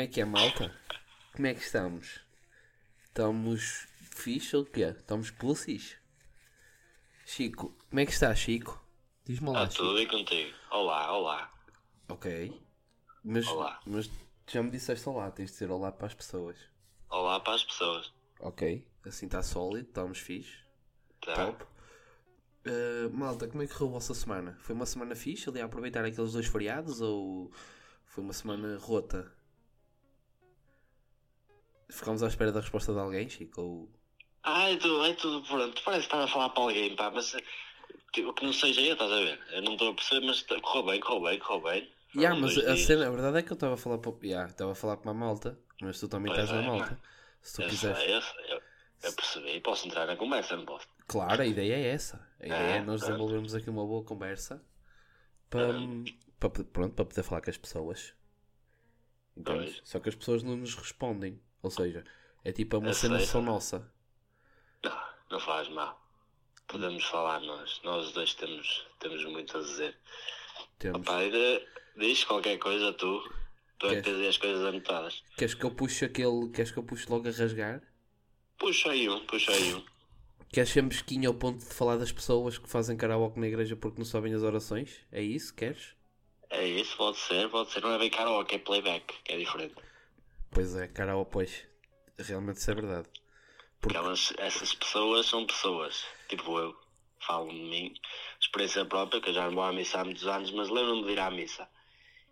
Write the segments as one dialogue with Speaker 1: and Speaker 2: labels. Speaker 1: é que é, malta? Como é que estamos? Estamos fixe ou o quê? Estamos pulsis? Chico, como é que estás, Chico? Diz-me lá,
Speaker 2: Está
Speaker 1: Chico.
Speaker 2: Tá tudo bem contigo? Olá, olá.
Speaker 1: Ok. Mas,
Speaker 2: Olá.
Speaker 1: mas já me disseste olá, tens de dizer olá para as pessoas.
Speaker 2: Olá para as pessoas.
Speaker 1: Ok. Assim está sólido, estamos fixe.
Speaker 2: Tá?
Speaker 1: Top. Uh, malta, como é que correu a vossa semana? Foi uma semana fixe ali a aproveitar aqueles dois feriados ou foi uma semana rota? Ficámos à espera da resposta de alguém, Chico? Ou...
Speaker 2: Ai, tu, ai, tudo pronto. Parece que estás a falar para alguém, pá, mas tipo, que não seja eu, estás a ver? Eu não estou a perceber, mas tá- correu bem, correu bem, correu bem. Foram
Speaker 1: Yeah, mas
Speaker 2: dois
Speaker 1: a,
Speaker 2: dias.
Speaker 1: cena, a verdade é que eu estava a falar para yeah, estava a falar para uma malta, mas tu também
Speaker 2: Pois
Speaker 1: estás na
Speaker 2: é,
Speaker 1: malta. Se tu
Speaker 2: Eu
Speaker 1: quiseres.
Speaker 2: sei, eu sei, eu, eu percebi, posso entrar na conversa, não posso?
Speaker 1: Claro, a ideia é essa. A ideia é
Speaker 2: Ah,
Speaker 1: nós
Speaker 2: certo.
Speaker 1: desenvolvermos aqui uma boa conversa para, para, poder- pronto, para poder falar com as pessoas. Entendes?
Speaker 2: Pois.
Speaker 1: Só que as pessoas não nos respondem. Ou seja, é tipo uma
Speaker 2: Eu
Speaker 1: cena
Speaker 2: sei.
Speaker 1: só nossa.
Speaker 2: Não, não faz mal. Podemos falar nós. Nós dois temos, temos muito a dizer.
Speaker 1: Temos.
Speaker 2: Pá, ainda diz qualquer coisa tu. Tu é que
Speaker 1: Queres?
Speaker 2: tens aí as coisas anotadas.
Speaker 1: Queres que eu puxe aquele. Queres que eu puxe logo a rasgar?
Speaker 2: Puxa aí um, puxa aí um.
Speaker 1: Queres ser mesquinho ao ponto de falar das pessoas que fazem karaoke na igreja porque não sabem as orações? É isso? Queres?
Speaker 2: É isso, pode Eh, ser, pode ser. Não é bem karaoke, é playback, que é diferente.
Speaker 1: Pois é, karaoke, pois. Realmente isso é verdade.
Speaker 2: Porque elas, essas pessoas são pessoas, tipo eu, falo de mim, experiência própria, que eu já não vou à missa há muitos anos, mas lembro-me de ir à missa.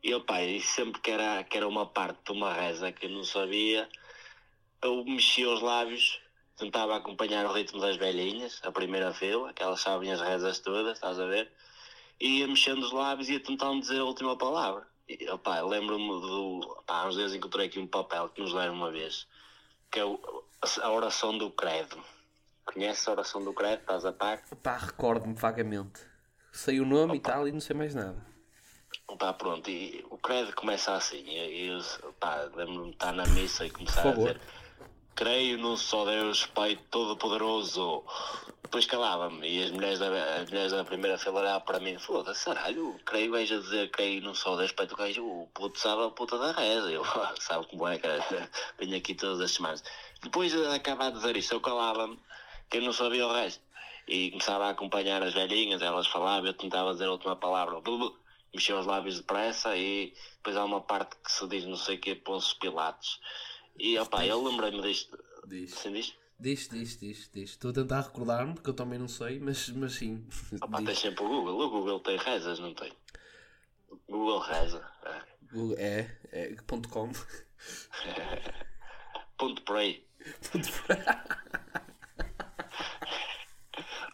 Speaker 2: E o pai, sempre que era, que era uma parte de uma reza que eu não sabia, eu mexia os lábios, tentava acompanhar o ritmo das velhinhas, a primeira fila, que elas sabem as rezas todas, estás a ver? E ia mexendo os lábios e ia tentando dizer a última palavra. E, opá, lembro-me do. Opá, há uns dias encontrei aqui um papel que nos deram uma vez, que é o- a oração do credo. Conheces a oração do credo? Estás a par?
Speaker 1: Pá, recordo-me vagamente. Sei o nome e tal e não sei mais nada.
Speaker 2: Pá, pronto, e o credo começa assim. E, e pá, lembro-me de estar na missa e começar
Speaker 1: Por
Speaker 2: a
Speaker 1: favor.
Speaker 2: dizer: Creio num só Deus, Pai Todo-Poderoso. Depois calava-me e as mulheres, da, as mulheres da primeira fila olhavam para mim: Foda-se, caralho, creio, vais a dizer, creio num só Deus, Pai do gajo, o puto sabe a puta da reza. Eu, sabe como é, cara, venho aqui todas as semanas. Depois de acabar de dizer isto, eu calava-me, que eu não sabia o resto. E começava a acompanhar as velhinhas, elas falavam, eu tentava dizer a última palavra, blu, blu, mexia os lábios depressa e depois há uma parte que se diz não sei o que, Ponço Pilatos. E opá, eu lembrei-me disto.
Speaker 1: Diz.
Speaker 2: Assim diz?
Speaker 1: Diz, diz, diz, diz. Estou a tentar recordar-me, porque eu também não sei, mas, mas sim.
Speaker 2: Opá,
Speaker 1: Diz.
Speaker 2: tens sempre o Google. O Google tem rezas, não tem? Google reza. É.
Speaker 1: Google- É, é, ponto com.
Speaker 2: Ponto por aí.
Speaker 1: Ponto pra-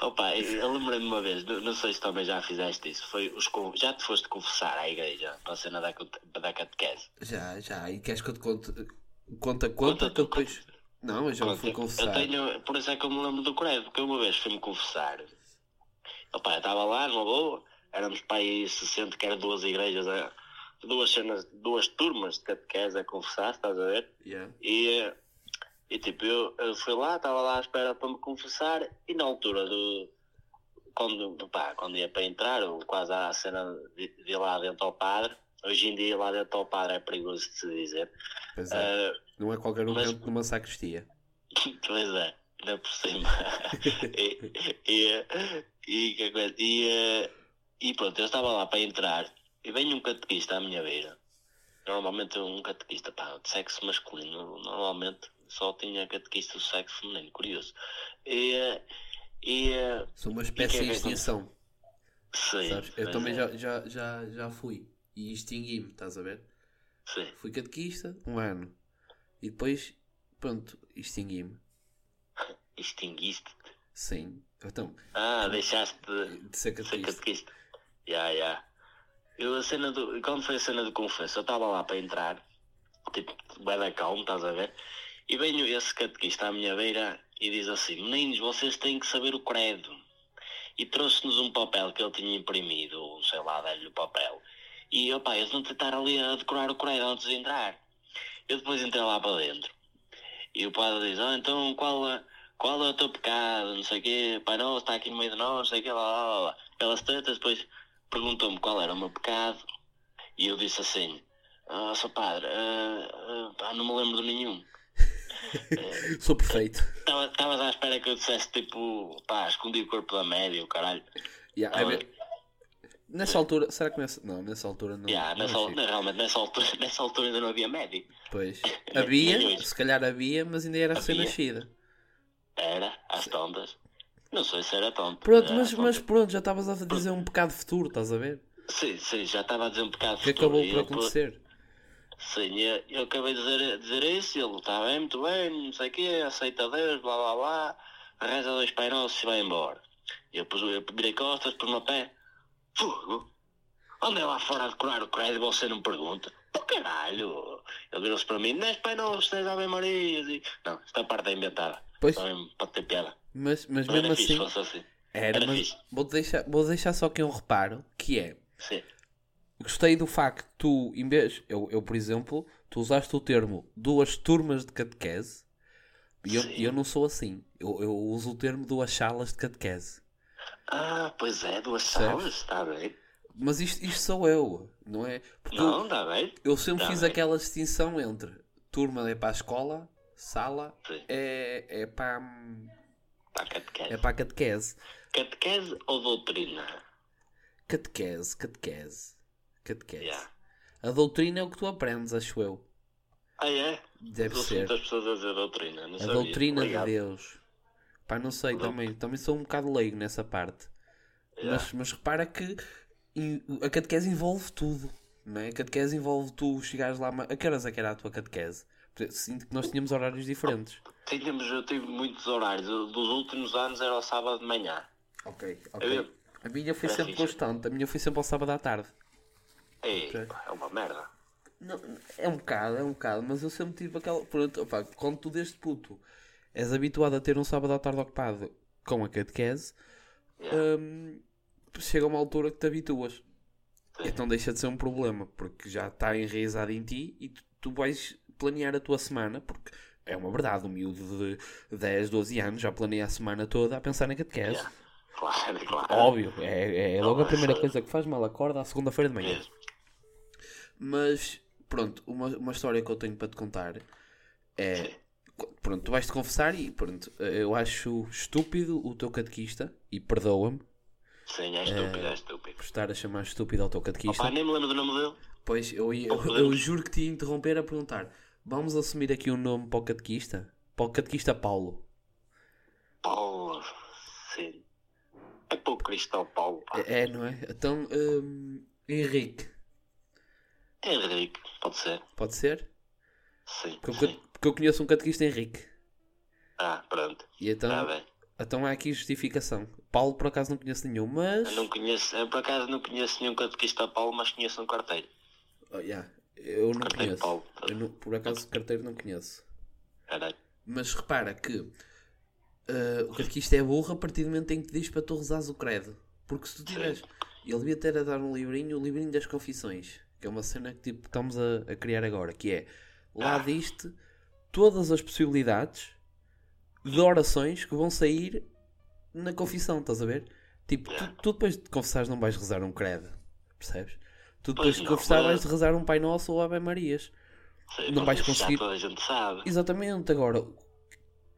Speaker 2: Opa, eu lembrei-me uma vez, não não sei se também já fizeste isso, foi os con- já te foste confessar à igreja para a cena da, cate- da catequese.
Speaker 1: já, já. E queres que eu te conte? Conta, conta, que eu depois. Não, eu já me fui
Speaker 2: Pronto,
Speaker 1: confessar.
Speaker 2: Eu tenho, por isso é que eu me lembro do credo, porque eu uma vez fui-me confessar. Opa, eu estava lá numa boa, éramos para aí 60, que eram duas igrejas, a- duas cenas, duas turmas de catequese a confessar, estás a ver?
Speaker 1: Yeah.
Speaker 2: E, eh, e tipo, eu, eu fui lá, estava lá à espera para me confessar e na altura do. Quando, pá, quando ia para entrar, ou quase à cena de, de ir lá dentro ao padre, hoje em dia ir lá dentro ao padre é perigoso de se dizer.
Speaker 1: Pois é.
Speaker 2: Ah,
Speaker 1: Não é qualquer um
Speaker 2: mas-
Speaker 1: dentro de uma sacristia.
Speaker 2: Pois é, ainda por cima. e, e, e, que é coisa- e, eh, e pronto, eu estava lá para entrar e vem um catequista à minha beira. Normalmente um catequista pá, de sexo masculino, normalmente só tinha catequista do sexo feminino, curioso. E, eh, e eh,
Speaker 1: Sou uma
Speaker 2: E
Speaker 1: espécie de
Speaker 2: quem é que
Speaker 1: extinção.
Speaker 2: sim,
Speaker 1: Sabes? Eu
Speaker 2: mas,
Speaker 1: também
Speaker 2: eh,
Speaker 1: já, já, já, já fui. E extingui-me, estás a ver?
Speaker 2: Sim.
Speaker 1: Fui catequista um ano. E depois, pronto, extingui-me.
Speaker 2: Extinguiste.
Speaker 1: Sim. Então,
Speaker 2: Ah, deixaste de.
Speaker 1: de ser
Speaker 2: Sei
Speaker 1: catequista.
Speaker 2: catequista. Ya, ya. Eu, a cena do, quando foi a cena do confesso, eu estava lá para entrar, tipo, vai da calma, estás a ver? E venho esse catequista à minha beira e diz assim: Meninos, vocês têm que saber o credo. E trouxe-nos um papel que ele tinha imprimido, ou sei lá, dei-lhe o papel. E, opa, eles não tentaram ali a decorar o credo antes de entrar. Eu depois entrei lá para dentro. E o padre diz, ah, então qual, é- qual é o teu pecado? Não sei o quê, pai nosso, está aqui no meio de nós, não sei o quê, lá, lá, lá, lá. Pelas tantas, depois perguntou-me qual era o meu pecado. E eu disse assim, Ah, sou padre, ah, ah, pá, não me lembro de nenhum.
Speaker 1: Sou perfeito.
Speaker 2: Estavas à espera que eu dissesse tipo, pá, escondi o corpo da média, o caralho.
Speaker 1: Yeah, é ver- Nessa altura, será que nessa. Não, nessa altura não.
Speaker 2: Yeah,
Speaker 1: Hum, não
Speaker 2: nessa, al-
Speaker 1: achei.
Speaker 2: não, realmente, nessa altura, nessa altura ainda não havia médio.
Speaker 1: Pois.
Speaker 2: nem- nem
Speaker 1: Havia,
Speaker 2: hoje.
Speaker 1: se calhar havia, mas ainda era recém-nascida.
Speaker 2: Era, às tontas. Não sei se era tonto.
Speaker 1: Ah, Pronto,
Speaker 2: era
Speaker 1: mas,
Speaker 2: às
Speaker 1: mas pronto, já estavas a dizer um pecado futuro, estás a ver?
Speaker 2: tontas. Sim, sim, já estava a dizer um bocado
Speaker 1: Que
Speaker 2: futuro,
Speaker 1: acabou
Speaker 2: e
Speaker 1: por
Speaker 2: eu-
Speaker 1: acontecer.
Speaker 2: Sim, eu, eu acabei de dizer, dizer isso, ele está bem, muito bem, não sei o quê, aceita Deus, blá blá blá, arranja dois pai nossos e vai embora. E Eu, pus, eu virei costas, pus-me a pé, fogo, andei lá fora a decorar o credo e você não me pergunta. Pô caralho! Ele virou-se para mim, dez pai nossos, dez Ave Marias e... Não, esta parte é inventada.
Speaker 1: Pois,
Speaker 2: Também pode ter piada.
Speaker 1: mas, mas
Speaker 2: Mas
Speaker 1: mesmo
Speaker 2: era
Speaker 1: assim.
Speaker 2: fixe, se fosse assim.
Speaker 1: Era,
Speaker 2: Era
Speaker 1: mas
Speaker 2: fixe.
Speaker 1: vou deixar, vou deixar só aqui um reparo, que é,
Speaker 2: Sim.
Speaker 1: gostei do facto que tu, em vez, eu, eu por exemplo, tu usaste o termo duas turmas de catequese, e eu,
Speaker 2: Sim.
Speaker 1: e eu não sou assim, eu, eu uso o termo duas salas de catequese.
Speaker 2: Ah, pois é, duas
Speaker 1: Percebes?
Speaker 2: salas, está bem.
Speaker 1: Mas isto, isto sou eu, não é? Porque eu-
Speaker 2: Não, está bem.
Speaker 1: eu sempre
Speaker 2: Tá
Speaker 1: fiz
Speaker 2: bem.
Speaker 1: aquela distinção entre turma é para a escola, sala
Speaker 2: Sim.
Speaker 1: é, é, para,
Speaker 2: Pá, catequese.
Speaker 1: é para a catequese.
Speaker 2: Catequese ou doutrina?
Speaker 1: Catequese, catequese, catequese.
Speaker 2: Yeah.
Speaker 1: A doutrina é o que tu aprendes, acho eu.
Speaker 2: Ah, é?
Speaker 1: Deve
Speaker 2: Ouço
Speaker 1: ser.
Speaker 2: muitas pessoas a dizer doutrina. Não
Speaker 1: A
Speaker 2: sabia.
Speaker 1: doutrina
Speaker 2: Obrigado.
Speaker 1: de Deus. Pá, não sei,
Speaker 2: Pronto.
Speaker 1: também, também sou um bocado leigo nessa parte.
Speaker 2: Yeah.
Speaker 1: Mas, mas repara que in- a catequese envolve tudo. Não é? A catequese envolve tu chegares lá. ma- A que horas é que era a tua catequese? Porque Sinto que nós tínhamos horários diferentes.
Speaker 2: Tínhamos, eu tive muitos horários. Eu, Dos últimos anos era o sábado de manhã.
Speaker 1: Ok,
Speaker 2: Eu-
Speaker 1: A minha foi
Speaker 2: Era
Speaker 1: sempre
Speaker 2: fixe.
Speaker 1: constante, a minha foi sempre ao sábado à tarde.
Speaker 2: Ei,
Speaker 1: Ok.
Speaker 2: pá, é uma merda.
Speaker 1: Não, é um bocado, é um bocado, mas eu sempre tive aquela. Pronto, opá, quando tu deste puto és habituado a ter um sábado à tarde ocupado com a catequese,
Speaker 2: Yeah.
Speaker 1: hum, chega uma altura que te habituas.
Speaker 2: Sim.
Speaker 1: Então deixa de ser um problema, porque já está enraizado em ti e tu, tu vais planear a tua semana, porque é uma verdade, um miúdo de 10, 12 anos já planeia a semana toda a pensar na catequese.
Speaker 2: Yeah. Claro, claro.
Speaker 1: Óbvio, é, é logo a
Speaker 2: Ah. mas,
Speaker 1: primeira
Speaker 2: eh,
Speaker 1: coisa que faz mal, acorda à segunda-feira de manhã.
Speaker 2: Mesmo.
Speaker 1: Mas, pronto, uma, uma história que eu tenho para te contar é. Pronto, tu vais-te confessar e pronto, eu acho estúpido o teu catequista e perdoa-me
Speaker 2: Sim, é estúpido, é estúpido.
Speaker 1: por estar a chamar estúpido ao teu catequista.
Speaker 2: Opa, nem me lembro do nome dele.
Speaker 1: Pois, eu, ia- eu, eu juro que te ia interromper a perguntar: vamos assumir aqui um nome para o catequista? Para o catequista Paulo.
Speaker 2: Paulo. Sim. É pouco cristão, Paulo. pá.
Speaker 1: É, é, não é? Então, hum, Henrique,
Speaker 2: É Henrique, pode ser.
Speaker 1: pode ser?
Speaker 2: Sim.
Speaker 1: Porque eu,
Speaker 2: sim.
Speaker 1: porque eu conheço um catequista Henrique.
Speaker 2: Ah, pronto.
Speaker 1: E então,
Speaker 2: Está bem.
Speaker 1: então há aqui justificação. Paulo, por acaso, não conheço nenhum, mas.
Speaker 2: Eu não conheço, eu por acaso não conheço nenhum catequista Paulo, mas conheço um quarteiro.
Speaker 1: Oh, yeah, eu não
Speaker 2: Carteiro
Speaker 1: conheço.
Speaker 2: Paulo.
Speaker 1: Eu não- por acaso, carteiro não conheço.
Speaker 2: Caralho.
Speaker 1: Mas repara que ah, o catequista é burro a partir do momento em que te diz para tu rezares o credo. Porque se tu tiveres. Ele devia ter a dar um livrinho, o livrinho das confissões. Que é uma cena que tipo, estamos a, a criar agora. Que é. Lá
Speaker 2: Ah.
Speaker 1: diz-te todas as possibilidades de orações que vão sair na confissão, estás a ver? Tipo, tu, tu depois de confessares não vais rezar um credo. Percebes? Tu depois
Speaker 2: Pois
Speaker 1: de
Speaker 2: não,
Speaker 1: confessar
Speaker 2: mas-
Speaker 1: vais rezar um Pai Nosso ou Ave Marias.
Speaker 2: Sim,
Speaker 1: Não
Speaker 2: mas
Speaker 1: vais
Speaker 2: isso
Speaker 1: conseguir-
Speaker 2: Já toda a gente sabe.
Speaker 1: Exatamente, agora,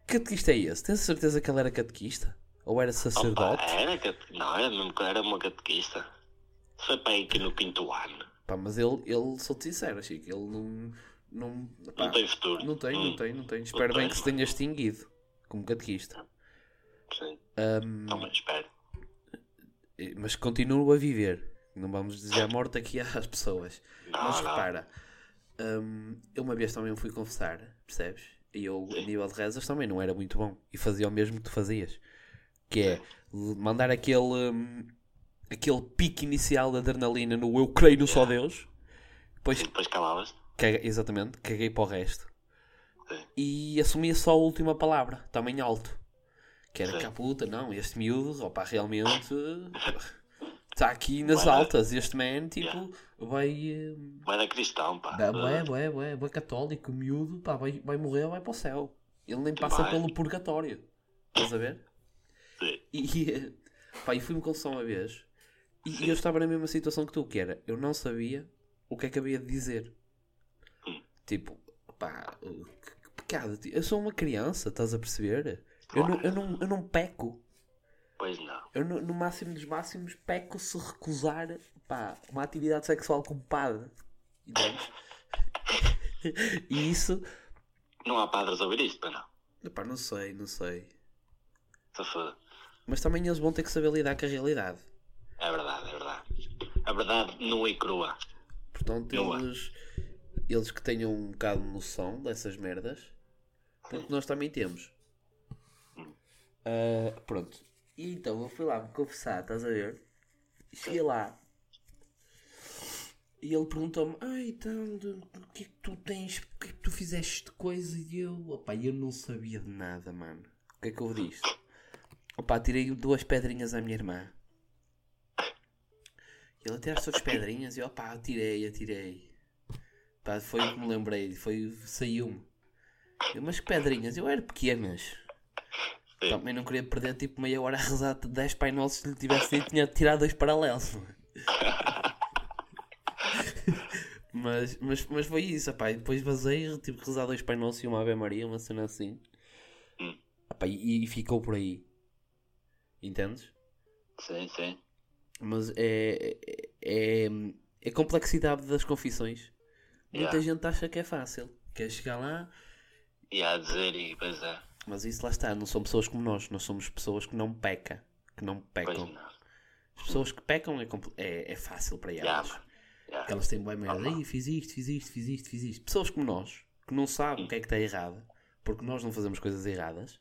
Speaker 1: catequista é esse? Tens a certeza que ele era catequista? Ou era
Speaker 2: Opa, é.
Speaker 1: sacerdote?
Speaker 2: era cate... Não, era mesmo que era uma catequista. Foi para aí que no quinto ano.
Speaker 1: Pá, mas ele, ele sou te sincero, Chico, ele não. Não, pá,
Speaker 2: Não tem futuro.
Speaker 1: Ah, não tem, não
Speaker 2: Hum,
Speaker 1: tem, não tem. Espero
Speaker 2: tem.
Speaker 1: bem que se tenha extinguido como catequista.
Speaker 2: Sim. Então, Também espero.
Speaker 1: E- Mas continuo a viver. Não vamos dizer a morte aqui às pessoas.
Speaker 2: Não,
Speaker 1: mas
Speaker 2: não.
Speaker 1: repara, hum, eu uma vez também fui confessar, percebes? E eu, a nível de rezas, também não era muito bom. E fazia o mesmo que tu fazias. Que é mandar aquele, hum, aquele pique inicial de adrenalina no eu creio no só Deus. Depois,
Speaker 2: E depois calavas.
Speaker 1: caga- exatamente, caguei para o resto.
Speaker 2: Sim.
Speaker 1: E assumia só a última palavra, também alto. Que era
Speaker 2: Sim.
Speaker 1: caputa, não, este miúdo, opa, realmente está aqui nas
Speaker 2: Vai dar.
Speaker 1: altas. Este man, tipo, vai. hum,
Speaker 2: Mas era cristão, pá. Eh,
Speaker 1: Bué, bué, bué, bué, bué católico, miúdo, pá, vai, vai morrer, vai para o céu. Ele nem passa
Speaker 2: Vai.
Speaker 1: pelo purgatório. Estás a ver?
Speaker 2: Sim.
Speaker 1: E, eh, pá, e fui-me confessar uma vez. E, e eu estava na mesma situação que tu, que era, eu não sabia o que é que havia de dizer.
Speaker 2: Hum.
Speaker 1: Tipo, pá, que pecado. Eu sou uma criança, estás a perceber? Eu não, eu não, eu não peco.
Speaker 2: Pois não.
Speaker 1: Eu, no, no máximo dos máximos, peco se recusar pá, uma atividade sexual com um padre. Entendes? e isso.
Speaker 2: Não há padres a ouvir isto, pois não.
Speaker 1: Pá, não sei, não sei.
Speaker 2: Se foda.
Speaker 1: Mas também eles vão ter que saber lidar com a realidade.
Speaker 2: É verdade, é verdade. A verdade nua e crua.
Speaker 1: Portanto,
Speaker 2: Eu
Speaker 1: eles, eles que tenham um bocado de noção dessas merdas, porque nós também temos. Ah, pronto. E então eu fui lá me confessar, estás a ver? Cheguei lá e ele perguntou-me: Ah, então, de- o que é que tu tens? O que é que tu fizeste de coisa? E eu, opá, eu não sabia de nada, mano. O que é que eu disse? Opá, tirei duas pedrinhas à minha irmã. E ele tiraste as pedrinhas e eu, opá, atirei, atirei. Pá, foi o que me lembrei, foi, saiu-me. Eu, Mas que pedrinhas, eu era pequenas.
Speaker 2: Sim.
Speaker 1: Também não queria perder tipo meia hora a rezar 10 Pai Nossos se lhe tivesse dito, tinha tirado dois paralelos. não é? mas, mas, mas foi isso, opá, e depois vazei, tive que rezar dois Pai Nossos e uma Ave Maria, uma cena assim.
Speaker 2: Hum.
Speaker 1: Opá, e, e ficou por aí. Entendes?
Speaker 2: Sim, sim.
Speaker 1: Mas é, é, é, é a complexidade das confissões. Muita
Speaker 2: Yeah.
Speaker 1: gente acha que é fácil. Quer chegar lá,
Speaker 2: E há a dizer, e pois é.
Speaker 1: mas isso lá está, não são pessoas como nós, nós somos pessoas que não pecam. Que não
Speaker 2: Pois
Speaker 1: pecam.
Speaker 2: não.
Speaker 1: As pessoas que pecam é, compl- é, é fácil para elas.
Speaker 2: Já, mano. Já.
Speaker 1: Porque elas têm bem merda.
Speaker 2: Normal.
Speaker 1: "Ei, Fiz isto, fiz isto, fiz isto, fiz isto. Pessoas como nós, que não sabem o que é que está errado, porque nós não fazemos coisas erradas,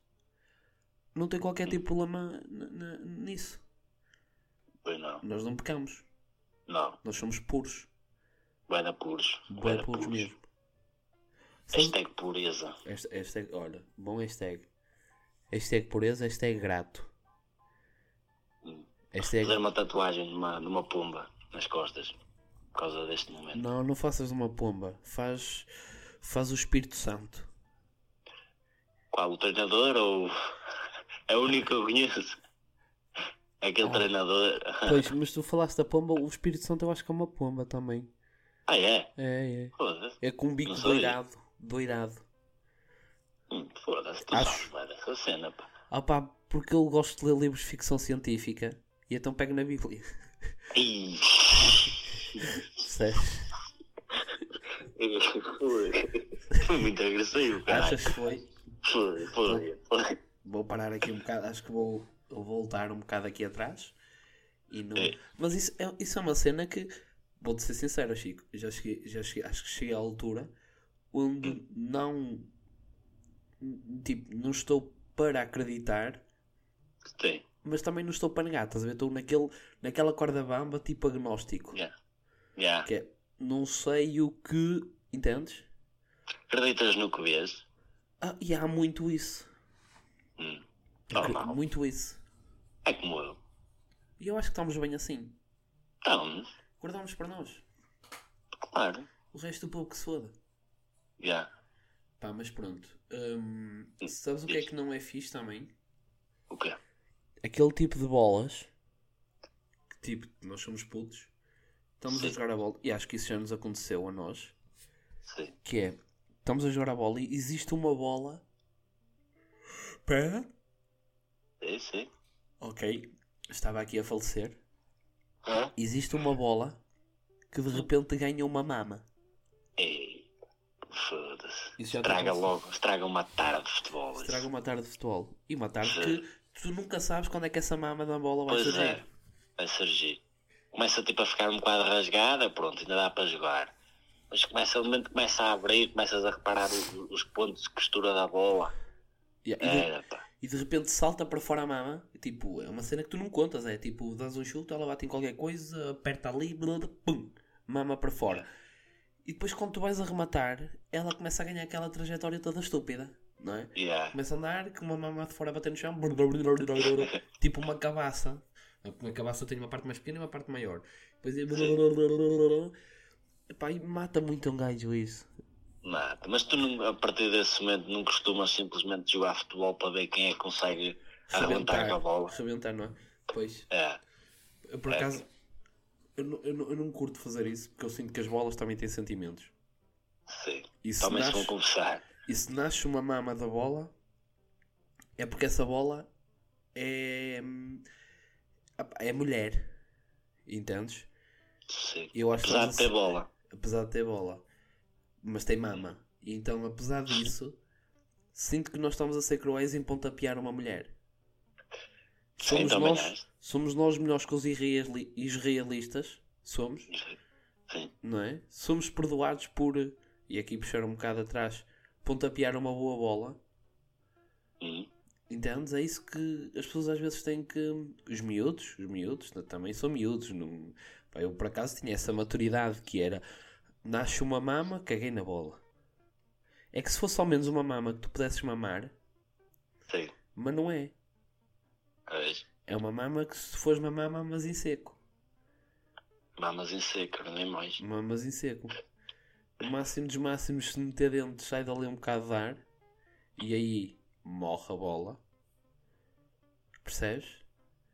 Speaker 1: não tem qualquer tipo de problema n- n- nisso.
Speaker 2: Pois não.
Speaker 1: Nós não pecamos.
Speaker 2: Não.
Speaker 1: Nós somos puros.
Speaker 2: Bué da puros.
Speaker 1: Bué puros mesmo. Sabes-
Speaker 2: Hashtag é pureza.
Speaker 1: Hashtag, hashtag- olha, bom hashtag. Hashtag pureza, hashtag grato.
Speaker 2: Hum. Fazer
Speaker 1: Hashtag...
Speaker 2: uma tatuagem numa, numa pomba nas costas. Por causa deste momento.
Speaker 1: Não, não faças uma pomba. Faz, faz o Espírito Santo.
Speaker 2: Qual o treinador ou. É o único que eu conheço. Aquele
Speaker 1: Ah.
Speaker 2: treinador.
Speaker 1: Pois, mas tu falaste da pomba, o Espírito Santo eu acho que é uma pomba também.
Speaker 2: Ah, é?
Speaker 1: É, é.
Speaker 2: Foda-se.
Speaker 1: É com um bico
Speaker 2: Não sei.
Speaker 1: doirado. Doirado.
Speaker 2: Hum, Foda-se. Tu
Speaker 1: Acho-
Speaker 2: sabes, vai dessa cena, pá.
Speaker 1: Ah pá, porque eu gosto de ler livros de ficção científica. E então pego na Bíblia.
Speaker 2: Ih.
Speaker 1: Percebes?
Speaker 2: Foi muito agressivo, cara.
Speaker 1: Achas que foi?
Speaker 2: Foi, foi, foi.
Speaker 1: Vou parar aqui um bocado, acho que vou vou voltar um bocado aqui atrás. E não...
Speaker 2: É.
Speaker 1: Mas isso é, isso é uma cena que, vou-te ser sincero, Chico, já cheguei, já cheguei, acho que cheguei à altura
Speaker 2: Hum.
Speaker 1: onde não. Tipo, não estou para acreditar,
Speaker 2: Sim,
Speaker 1: mas também não estou para negar, estás a ver? Estou naquele, naquela corda bamba tipo agnóstico.
Speaker 2: já. Já.
Speaker 1: Que é, não sei o que. Entendes?
Speaker 2: Acreditas no que vês?
Speaker 1: Ah, e há muito isso.
Speaker 2: Hum.
Speaker 1: Acre-
Speaker 2: Normal.
Speaker 1: Muito isso.
Speaker 2: É como eu.
Speaker 1: E eu acho que estamos bem assim.
Speaker 2: Então,
Speaker 1: Guardamos para nós.
Speaker 2: claro.
Speaker 1: O resto do povo que se foda.
Speaker 2: Já.
Speaker 1: Pá, mas pronto. Hum, sabes o que é que não é fixe também?
Speaker 2: O quê?
Speaker 1: Aquele tipo de bolas. Que tipo, nós somos putos. Estamos a
Speaker 2: Sim.
Speaker 1: jogar a bola. E acho que isso já nos aconteceu a nós.
Speaker 2: Sim.
Speaker 1: Que é, estamos a jogar a bola e existe uma bola. Pera.
Speaker 2: Sim, sim.
Speaker 1: Ok. Estava aqui a falecer.
Speaker 2: Hã?
Speaker 1: Existe uma bola que de repente ganha uma mama.
Speaker 2: Ei. Foda-se.
Speaker 1: Isso já
Speaker 2: Estraga
Speaker 1: aconteceu.
Speaker 2: logo. Estraga uma tarde de futebol. isso.
Speaker 1: Estraga uma tarde de futebol. E uma tarde que tu nunca sabes quando é que essa mama da bola vai
Speaker 2: Pois
Speaker 1: surgir.
Speaker 2: é. Vai surgir. Começa tipo a ficar um bocado rasgada, pronto, ainda dá para jogar. Mas começa, o momento que começa a abrir, começas a reparar os, os pontos de costura da bola.
Speaker 1: E- e de-
Speaker 2: Era, pá.
Speaker 1: e de repente salta para fora a mama. e, Tipo, é uma cena que tu não contas, é tipo, dás um chute, ela bate em qualquer coisa, aperta ali, blá, blá, pum, mama para fora. E depois quando tu vais a rematar, ela começa a ganhar aquela trajetória toda estúpida, não é?
Speaker 2: Yeah.
Speaker 1: Começa a andar, com uma mama de fora a bater no chão, blá, blá, blá, blá, blá, blá, tipo uma cabaça. Uma cabaça tem uma parte mais pequena e uma parte maior. Depois é... blá, blá, blá, blá, blá, blá. Epá, e mata muito um gajo isso.
Speaker 2: Mata. Mas tu não- a partir desse momento não costumas simplesmente jogar futebol para ver quem é que consegue arrebentar com a bola.
Speaker 1: Rebentar, não é? Pois.
Speaker 2: É.
Speaker 1: Eu, por acaso, eu, não- eu, não- eu não curto fazer isso porque eu sinto que as bolas também têm sentimentos.
Speaker 2: Sim.
Speaker 1: E se
Speaker 2: Também se
Speaker 1: nasce-
Speaker 2: vão confessar.
Speaker 1: E se nasce uma mama da bola, é porque essa bola é. é mulher. Entendes?
Speaker 2: Sim.
Speaker 1: Eu acho
Speaker 2: Apesar de
Speaker 1: que.
Speaker 2: ter bola.
Speaker 1: Apesar de ter bola. Mas tem mama. E então, apesar disso, sinto que nós estamos a ser cruéis em pontapear uma mulher. Somos
Speaker 2: também
Speaker 1: nós,
Speaker 2: acho.
Speaker 1: somos nós melhores que os israeli- israelistas. Somos.
Speaker 2: Sim.
Speaker 1: não é? Somos perdoados por, e aqui puxar um bocado atrás, pontapear uma boa bola.
Speaker 2: Hum.
Speaker 1: Entendes? É isso que as pessoas às vezes têm que. Os miúdos, os miúdos né, também são miúdos. Não... Pá, eu por acaso tinha essa maturidade que era nasce uma mama, caguei na bola. É que se fosse ao menos uma mama que tu pudesses mamar,
Speaker 2: Sim.
Speaker 1: mas não é.
Speaker 2: Pois.
Speaker 1: É uma mama que se fores mamar, mamas em seco.
Speaker 2: Mamas em seco, nem mais.
Speaker 1: Mamas em seco. O máximo dos máximos, se meter dentro, sai dali um bocado de ar e aí morre a bola. Percebes?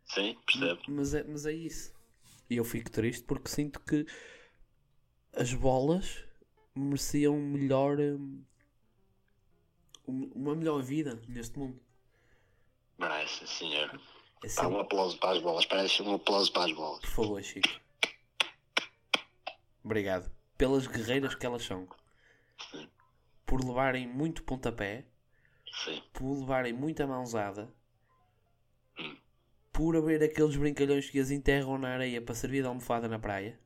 Speaker 2: Sim, percebo.
Speaker 1: Mas é, mas é isso. E eu fico triste porque sinto que as bolas mereciam um melhor. hum, um- uma melhor vida neste mundo.
Speaker 2: Merece, senhor.
Speaker 1: É
Speaker 2: Dá
Speaker 1: sempre,
Speaker 2: um aplauso para as bolas. Parece um aplauso para as bolas.
Speaker 1: por favor, Chico. Obrigado. Pelas guerreiras que elas são. Por levarem muito pontapé.
Speaker 2: Sim.
Speaker 1: por levarem muita mãozada,
Speaker 2: Hum.
Speaker 1: por haver aqueles brincalhões que as enterram na areia para servir de almofada na praia.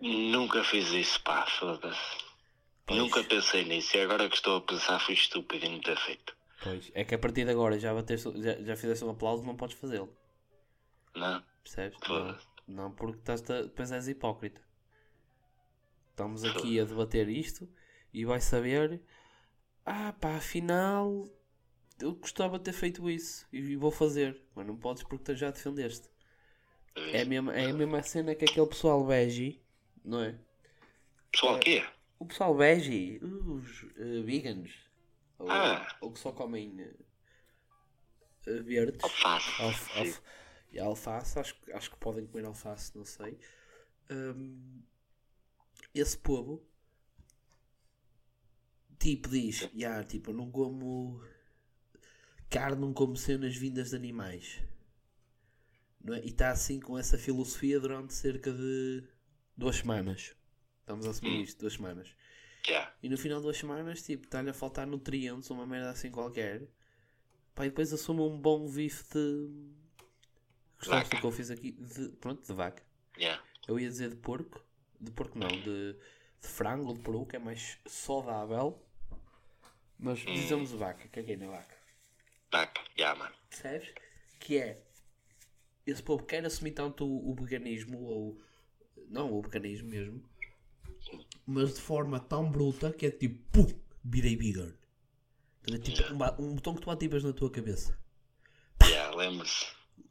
Speaker 2: Nunca fiz isso, pá, foda-se.
Speaker 1: Pois.
Speaker 2: Nunca pensei nisso e agora que estou a pensar fui estúpido em não ter feito.
Speaker 1: Pois, é que a partir de agora já, bateste, já, já fizeste um aplauso, não podes fazê-lo.
Speaker 2: Não? é?
Speaker 1: Percebes? Não,
Speaker 2: Foda-se.
Speaker 1: não porque estás a, depois és hipócrita. Estamos aqui a debater isto e vai saber. Ah, pá, afinal eu gostava de ter feito isso e vou fazer, mas não podes porque tu já defendeste. É a mesma, é a mesma cena que aquele pessoal bege, não é?
Speaker 2: Pessoal, o quê?
Speaker 1: O pessoal vege, os eh, vegans, ou,
Speaker 2: Ah.
Speaker 1: ou que só comem eh, eh, verdes,
Speaker 2: Oh, Alface.
Speaker 1: alf-
Speaker 2: Sim.
Speaker 1: alf- e alface, acho, que- acho que podem comer alface, não sei. Hum, esse povo, tipo, diz: "Ya, tipo, eu não como carne, não como cenas vindas de animais. Não é? E está assim com essa filosofia durante cerca de duas semanas. Estamos a assumir isto, duas semanas.
Speaker 2: Já.
Speaker 1: E no final de duas semanas, tipo, está-lhe a faltar nutrientes, uma merda assim qualquer. Pá, e depois assume um bom bife de. Gostaste do
Speaker 2: Vaca.
Speaker 1: que eu fiz aqui? De- pronto, de vaca.
Speaker 2: Já.
Speaker 1: Eu ia dizer de porco. De porco não, de, de frango ou de peru, que é mais saudável. Mas dizemos de vaca, caguei é na vaca.
Speaker 2: Vaca. Já, mano.
Speaker 1: Percebes? Que é. Esse povo quer assumir tanto o, o veganismo, ou. Não, o veganismo mesmo. Mas de forma tão bruta que é tipo. Pum! Virei vegan. Então é tipo um, ba- um botão que tu ativas na tua cabeça.
Speaker 2: Já, lembra-se.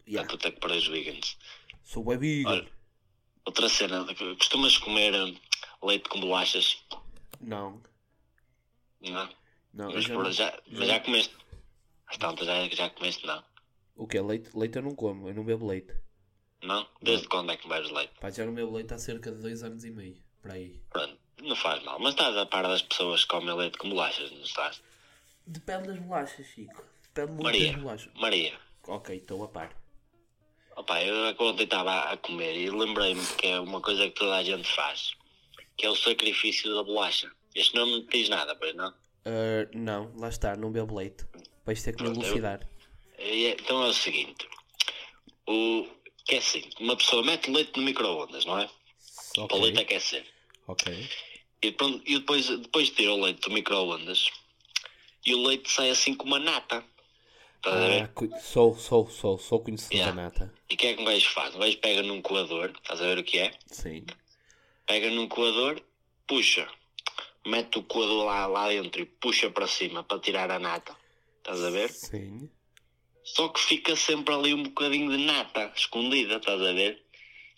Speaker 1: Ya,
Speaker 2: A puta que para os vegans.
Speaker 1: Sou bué vegan.
Speaker 2: Olha. Outra cena. Costumas comer hum, leite com bolachas?
Speaker 1: Não,
Speaker 2: Não? é?
Speaker 1: não. eu
Speaker 2: Mas
Speaker 1: já
Speaker 2: por-
Speaker 1: não-
Speaker 2: já, mas já comeste? Às tantas já, já comeste, não?
Speaker 1: O que é leite? Leite eu não como, eu não bebo leite.
Speaker 2: Não? Desde quando é que bebes leite?
Speaker 1: Pá, já não bebo leite há cerca de dois anos e meio. Por aí.
Speaker 2: Pronto. Não faz mal. Mas estás a par das pessoas que comem leite com bolachas, não estás?
Speaker 1: Depende das bolachas, Chico. Depende muito
Speaker 2: Maria.
Speaker 1: das bolachas.
Speaker 2: Maria.
Speaker 1: Ok, estou a par.
Speaker 2: Opa, eu ontem estava a comer e lembrei-me que é uma coisa que toda a gente faz, que é o sacrifício da bolacha. Este nome não te diz nada, pois não?
Speaker 1: Ah, não, lá está, não bebo leite. Vais ter que me
Speaker 2: Pronto, eu-
Speaker 1: elucidar.
Speaker 2: E é- Então é o seguinte, o, que é assim, uma pessoa mete leite no micro-ondas, não é? Para o leite é
Speaker 1: Ok.
Speaker 2: aquecer.
Speaker 1: Ok.
Speaker 2: E, pronto, e depois, depois tira o leite do micro-ondas e o leite sai assim com uma nata. Estás a ver?
Speaker 1: Ah, cu- sou, sou, sou, sou conhecido
Speaker 2: Yeah.
Speaker 1: da nata.
Speaker 2: E o que é que um gajo faz? Um gajo pega num coador, estás a ver o que é?
Speaker 1: Sim.
Speaker 2: pega num coador, puxa, mete o coador lá, lá dentro e puxa para cima para tirar a nata. Estás a ver?
Speaker 1: Sim.
Speaker 2: Só que fica sempre ali um bocadinho de nata escondida, estás a ver?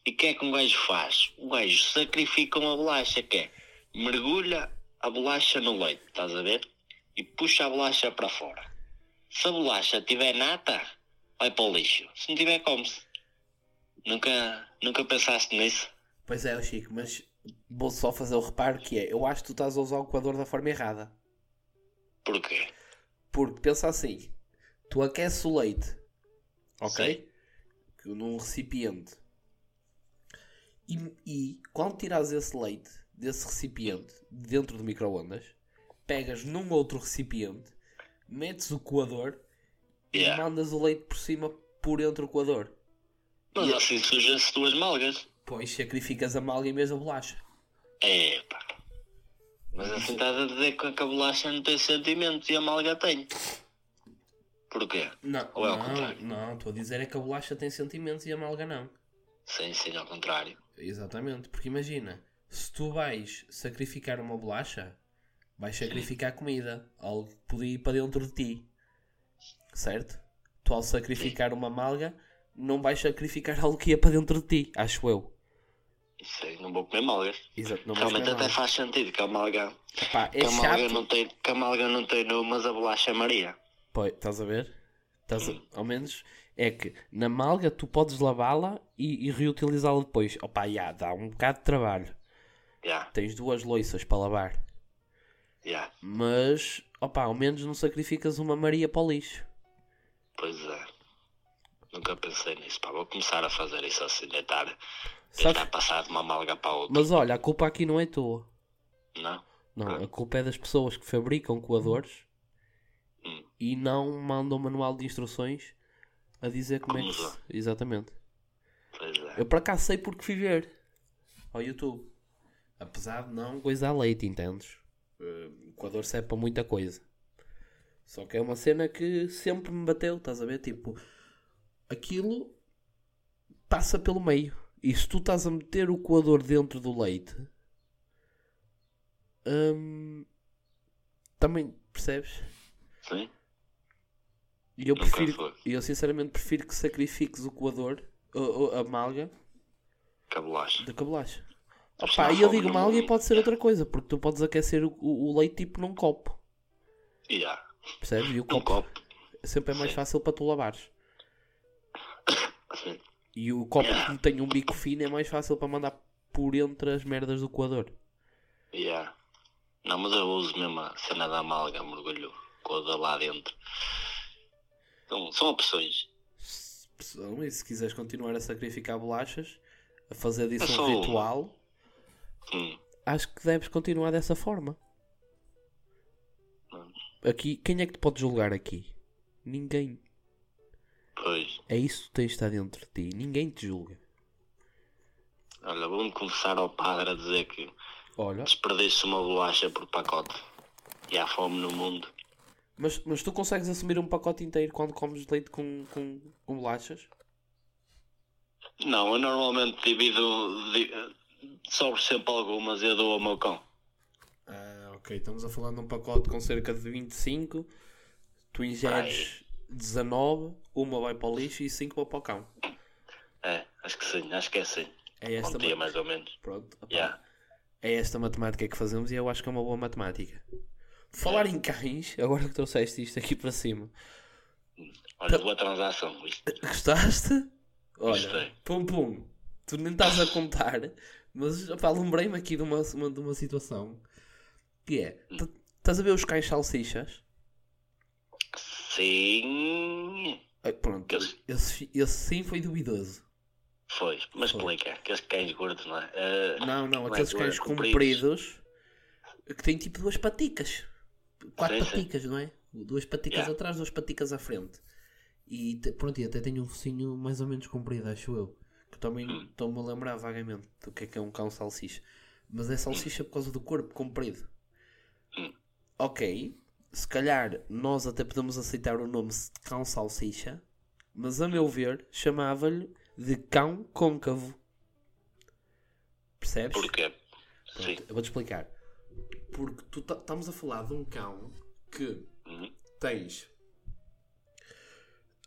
Speaker 2: E o que é que um gajo faz? O gajo sacrifica uma bolacha, que é mergulha a bolacha no leite, estás a ver? E puxa a bolacha para fora. Se a bolacha tiver nata, vai para o lixo. Se não tiver, come-se. Nunca, nunca pensaste nisso?
Speaker 1: Pois é, ó Chico, mas vou só fazer o reparo que é, eu acho que tu estás a usar o coador da forma errada.
Speaker 2: Porquê?
Speaker 1: Porque pensa assim, tu aqueces o leite, ok? Que Num recipiente. E, e quando tirares esse leite desse recipiente de dentro do microondas, pegas num outro recipiente, metes o coador e
Speaker 2: Yeah.
Speaker 1: mandas o leite por cima por entre o coador.
Speaker 2: Mas assim surgem-se duas malgas.
Speaker 1: Pois sacrificas a malga e mesmo a bolacha.
Speaker 2: É, pá. Mas assim estás a dizer que a bolacha não tem sentimentos e a malga tem. Porquê?
Speaker 1: Não,
Speaker 2: Ou é ao
Speaker 1: não,
Speaker 2: contrário?
Speaker 1: não, estou a dizer é que a bolacha tem sentimentos e a malga não.
Speaker 2: Sem ser ao contrário.
Speaker 1: Exatamente, porque imagina, se tu vais sacrificar uma bolacha, vais sacrificar comida, algo que podia ir para dentro de ti, certo? Tu ao sacrificar uma malga, não vais sacrificar algo que ia para dentro de ti, acho eu.
Speaker 2: Isso aí, não vou comer malgas.
Speaker 1: Exato, não vais
Speaker 2: Realmente
Speaker 1: comer
Speaker 2: até
Speaker 1: malga.
Speaker 2: faz sentido que a malga,
Speaker 1: Pá, é
Speaker 2: que a malga,
Speaker 1: chato.
Speaker 2: não, tem, que a malga não tem nu, mas a bolacha é Maria.
Speaker 1: Pois, estás a ver? Estás a- Ao menos é que na malga tu podes lavá-la e, e reutilizá-la depois. Opa, já, dá um bocado de trabalho.
Speaker 2: Já,
Speaker 1: Tens duas loiças para lavar.
Speaker 2: já.
Speaker 1: Mas, opá, ao menos não sacrificas uma Maria para o lixo.
Speaker 2: Pois é. Nunca pensei nisso, pá. Vou começar a fazer isso assim, deitar, deitar
Speaker 1: Sabes?
Speaker 2: passar de uma malga para a outra.
Speaker 1: Mas olha, a culpa aqui não é tua.
Speaker 2: Não?
Speaker 1: Não, a culpa é das pessoas que fabricam coadores
Speaker 2: Hum.
Speaker 1: e não mandam manual de instruções a dizer como é que
Speaker 2: Como
Speaker 1: se...
Speaker 2: usar.
Speaker 1: Exatamente.
Speaker 2: Pois é.
Speaker 1: Eu para cá sei porque fui ver ao YouTube. Apesar de não coisa a leite, entendes? Eh, O coador serve para muita coisa. Só que é uma cena que sempre me bateu, estás a ver? Tipo, aquilo passa pelo meio. E se tu estás a meter o coador dentro do leite, hum, também percebes?
Speaker 2: Sim?
Speaker 1: E eu
Speaker 2: Nunca
Speaker 1: prefiro,
Speaker 2: foi.
Speaker 1: eu sinceramente prefiro que sacrifiques o coador, ou- ou a malga,
Speaker 2: Que a bolacha.
Speaker 1: da cabelacha.
Speaker 2: Mas
Speaker 1: Opa,
Speaker 2: não
Speaker 1: e eu
Speaker 2: fome
Speaker 1: digo
Speaker 2: não-
Speaker 1: mal e pode ser outra coisa, porque tu podes aquecer o, o- o leite tipo num copo,
Speaker 2: Já.
Speaker 1: percebes? E o
Speaker 2: Um
Speaker 1: copo
Speaker 2: copo.
Speaker 1: sempre é mais
Speaker 2: Sim.
Speaker 1: fácil para tu lavares.
Speaker 2: Sim.
Speaker 1: E o copo que tem um bico fino é mais fácil para mandar por entre as merdas do coador.
Speaker 2: Yeah. Não, mas eu uso mesmo a cena da amalga, mergulho coisa lá dentro. Então, são opções.
Speaker 1: Se, se- se quiseres continuar a sacrificar bolachas, a fazer disso
Speaker 2: É só
Speaker 1: um
Speaker 2: uma.
Speaker 1: ritual,
Speaker 2: Hum.
Speaker 1: acho que deves continuar dessa forma.
Speaker 2: Hum.
Speaker 1: Aqui, quem é que te pode julgar aqui? Ninguém.
Speaker 2: Pois,
Speaker 1: É isso que tens de estar dentro de ti. Ninguém te julga.
Speaker 2: olha, vou-me confessar ao padre a dizer que
Speaker 1: Olha.
Speaker 2: desperdício uma bolacha por pacote. E há fome no mundo.
Speaker 1: Mas, mas tu consegues assumir um pacote inteiro quando comes leite com, com, com bolachas?
Speaker 2: Não, eu normalmente divido. Di, sobre sempre algumas e eu dou ao meu cão.
Speaker 1: Ah, ok. Estamos a falar de um pacote com cerca de 25. Tu ingeres 19, uma vai para o lixo e 5 vai para o cão.
Speaker 2: É, acho que sim, acho que é assim.
Speaker 1: É
Speaker 2: Um
Speaker 1: esta,
Speaker 2: dia
Speaker 1: ma-
Speaker 2: mais ou menos.
Speaker 1: Pronto, opá.
Speaker 2: Yeah.
Speaker 1: é esta matemática que fazemos e eu acho que é uma boa matemática.
Speaker 2: É.
Speaker 1: Falar em cães, agora que trouxeste isto aqui para cima,
Speaker 2: Olha, boa transação. Isto.
Speaker 1: gostaste? Olha,
Speaker 2: Gostei.
Speaker 1: pum pum, tu nem estás a contar, mas opá, lembrei-me aqui de uma, uma- de uma situação que é:
Speaker 2: Hum.
Speaker 1: t- estás a ver os cães salsichas?
Speaker 2: Sim.
Speaker 1: Ah, pronto,
Speaker 2: Aqueles-
Speaker 1: esse, esse sim foi duvidoso.
Speaker 2: Foi, mas
Speaker 1: Foi.
Speaker 2: explica, aqueles cães gordos, não é? Eh,
Speaker 1: Não, não, aqueles
Speaker 2: Mas, ué,
Speaker 1: cães
Speaker 2: compridos.
Speaker 1: compridos que têm tipo duas paticas, quatro
Speaker 2: Sim, sim.
Speaker 1: paticas, não é? Duas paticas
Speaker 2: Yeah.
Speaker 1: atrás, duas paticas à frente. E te- pronto, e até tenho um focinho mais ou menos comprido, acho eu. Que também
Speaker 2: Hum.
Speaker 1: estou-me a lembrar vagamente do que é que é um cão salsicha. Mas é salsicha por causa do corpo comprido.
Speaker 2: Hum.
Speaker 1: Ok, se calhar nós até podemos aceitar o nome de cão salsicha, mas a meu ver chamava-lhe de cão côncavo. Percebes?
Speaker 2: Porquê? Sim.
Speaker 1: Eu vou-te explicar. Porque tu ta- estamos a falar de um cão que
Speaker 2: Uhum.
Speaker 1: tens.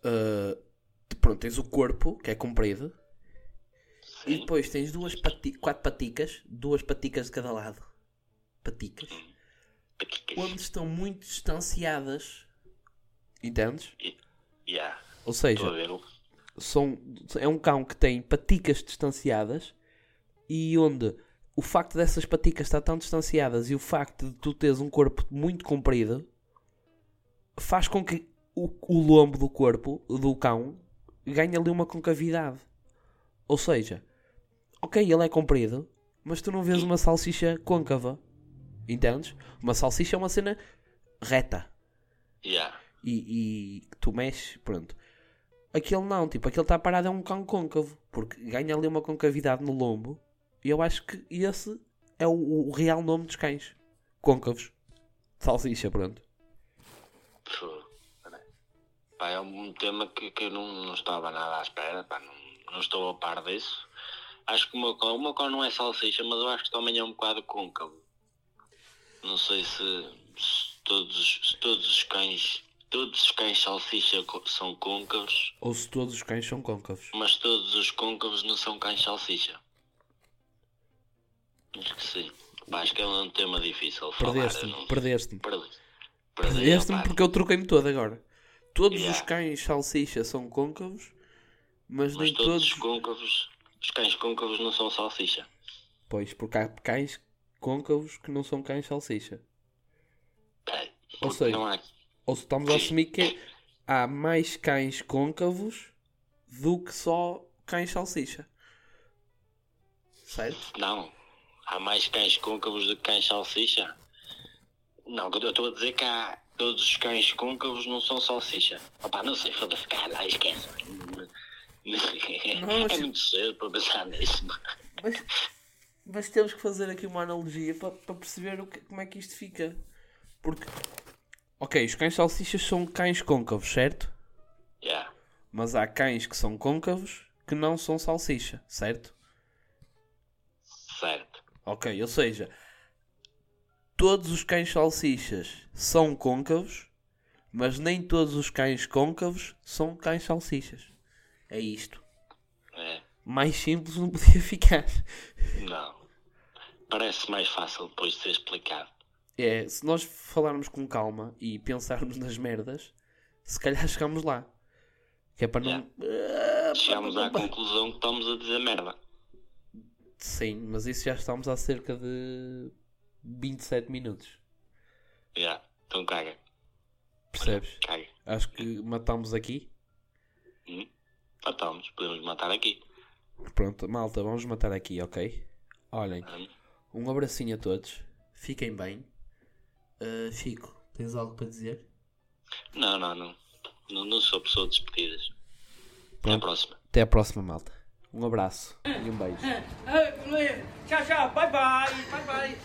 Speaker 1: ah, pronto, tens o corpo, que é comprido. E
Speaker 2: Sim.
Speaker 1: depois tens duas pati quatro paticas, duas paticas de cada lado. Paticas. Quando estão muito distanciadas. Entendes?
Speaker 2: Yeah,
Speaker 1: Ou
Speaker 2: estou a
Speaker 1: seja,
Speaker 2: ver.
Speaker 1: são, é um cão que tem paticas distanciadas e onde o facto dessas paticas estar tão distanciadas e o facto de tu teres um corpo muito comprido faz com que o, o lombo do corpo do cão ganhe ali uma concavidade. Ou seja, ok, ele é comprido, mas tu não vês uma salsicha côncava. Entendes? Uma salsicha é uma cena reta
Speaker 2: Yeah.
Speaker 1: e, e tu mexes, pronto. Aquele não, tipo, aquele está parado é um cão côncavo, porque ganha ali uma concavidade no lombo. E eu acho que esse é o, o real nome dos cães: côncavos, salsicha, pronto.
Speaker 2: Pô, peraí. né? Pá, é um tema que, que eu não, não estava nada à espera, pá, não, não estou a par disso. Acho que o meu cão, o meu cão não é salsicha, mas eu acho que também é um bocado côncavo. Não sei se, se todos, se todos os cães, todos os cães salsicha co- são côncavos,
Speaker 1: Ou se todos os cães são côncavos.
Speaker 2: mas todos os côncavos não são cães salsicha. Acho que sim. Pá, acho que é um tema difícil. de falar, eu
Speaker 1: Perdeste-me,
Speaker 2: não-
Speaker 1: perdeste-me.
Speaker 2: Perdi. Perdi,
Speaker 1: Perdeste-me
Speaker 2: opá,
Speaker 1: porque eu troquei-me todo agora. Todos os
Speaker 2: Yeah.
Speaker 1: cães salsicha são côncavos, mas,
Speaker 2: Mas
Speaker 1: nem
Speaker 2: todos,
Speaker 1: todos.
Speaker 2: os côncavos, os cães côncavos não são salsicha.
Speaker 1: Pois, porque há cães côncavos que não são cães salsicha.
Speaker 2: Peraí,
Speaker 1: Ou
Speaker 2: porque
Speaker 1: seja,
Speaker 2: não há-
Speaker 1: Ou se estamos a assumir que há mais cães côncavos do que só cães salsicha. Certo?
Speaker 2: Não, há mais cães côncavos do que cães salsicha. Não, eu estou a dizer que há, todos os cães côncavos não são salsicha. Opa, não sei, foda-se, cara, lá, esquece.
Speaker 1: Não,
Speaker 2: é
Speaker 1: se-
Speaker 2: muito cedo para pensar nisso.
Speaker 1: Mas, mas temos que fazer aqui uma analogia para, perceber o que- como é que isto fica. Porque, ok, os cães salsichas são cães côncavos, certo?
Speaker 2: Yeah.
Speaker 1: Mas há cães que são côncavos que não são salsicha, certo?
Speaker 2: Certo.
Speaker 1: Ok, ou seja, todos os cães salsichas são côncavos, mas nem todos os cães côncavos são cães salsichas. É isto.
Speaker 2: É.
Speaker 1: Mais simples não podia ficar.
Speaker 2: Não. Parece mais fácil depois de ser explicado.
Speaker 1: É, se nós falarmos com calma e pensarmos nas merdas, se calhar chegamos lá. Que é para não. Ah, pá,
Speaker 2: Chegamos
Speaker 1: pá,
Speaker 2: à
Speaker 1: pá.
Speaker 2: conclusão que estamos a dizer merda.
Speaker 1: Sim, mas isso já estamos há cerca de 27 minutos.
Speaker 2: Yeah. Então caga,
Speaker 1: Percebes?
Speaker 2: caga.
Speaker 1: Acho que matamos aqui.
Speaker 2: Hum? Ah, estamos, podemos matar aqui.
Speaker 1: Pronto, malta, vamos matar aqui, ok? Olhem,
Speaker 2: Hum?
Speaker 1: um abracinho a todos. Fiquem bem. Uh, Fico, tens algo para dizer?
Speaker 2: Não, não, não. Não, não sou pessoa de despedidas. Até a
Speaker 1: Pronto.
Speaker 2: próxima.
Speaker 1: Até à próxima, malta. Um abraço e um beijo.
Speaker 3: 哎，哎，各位，下下，拜拜，拜拜。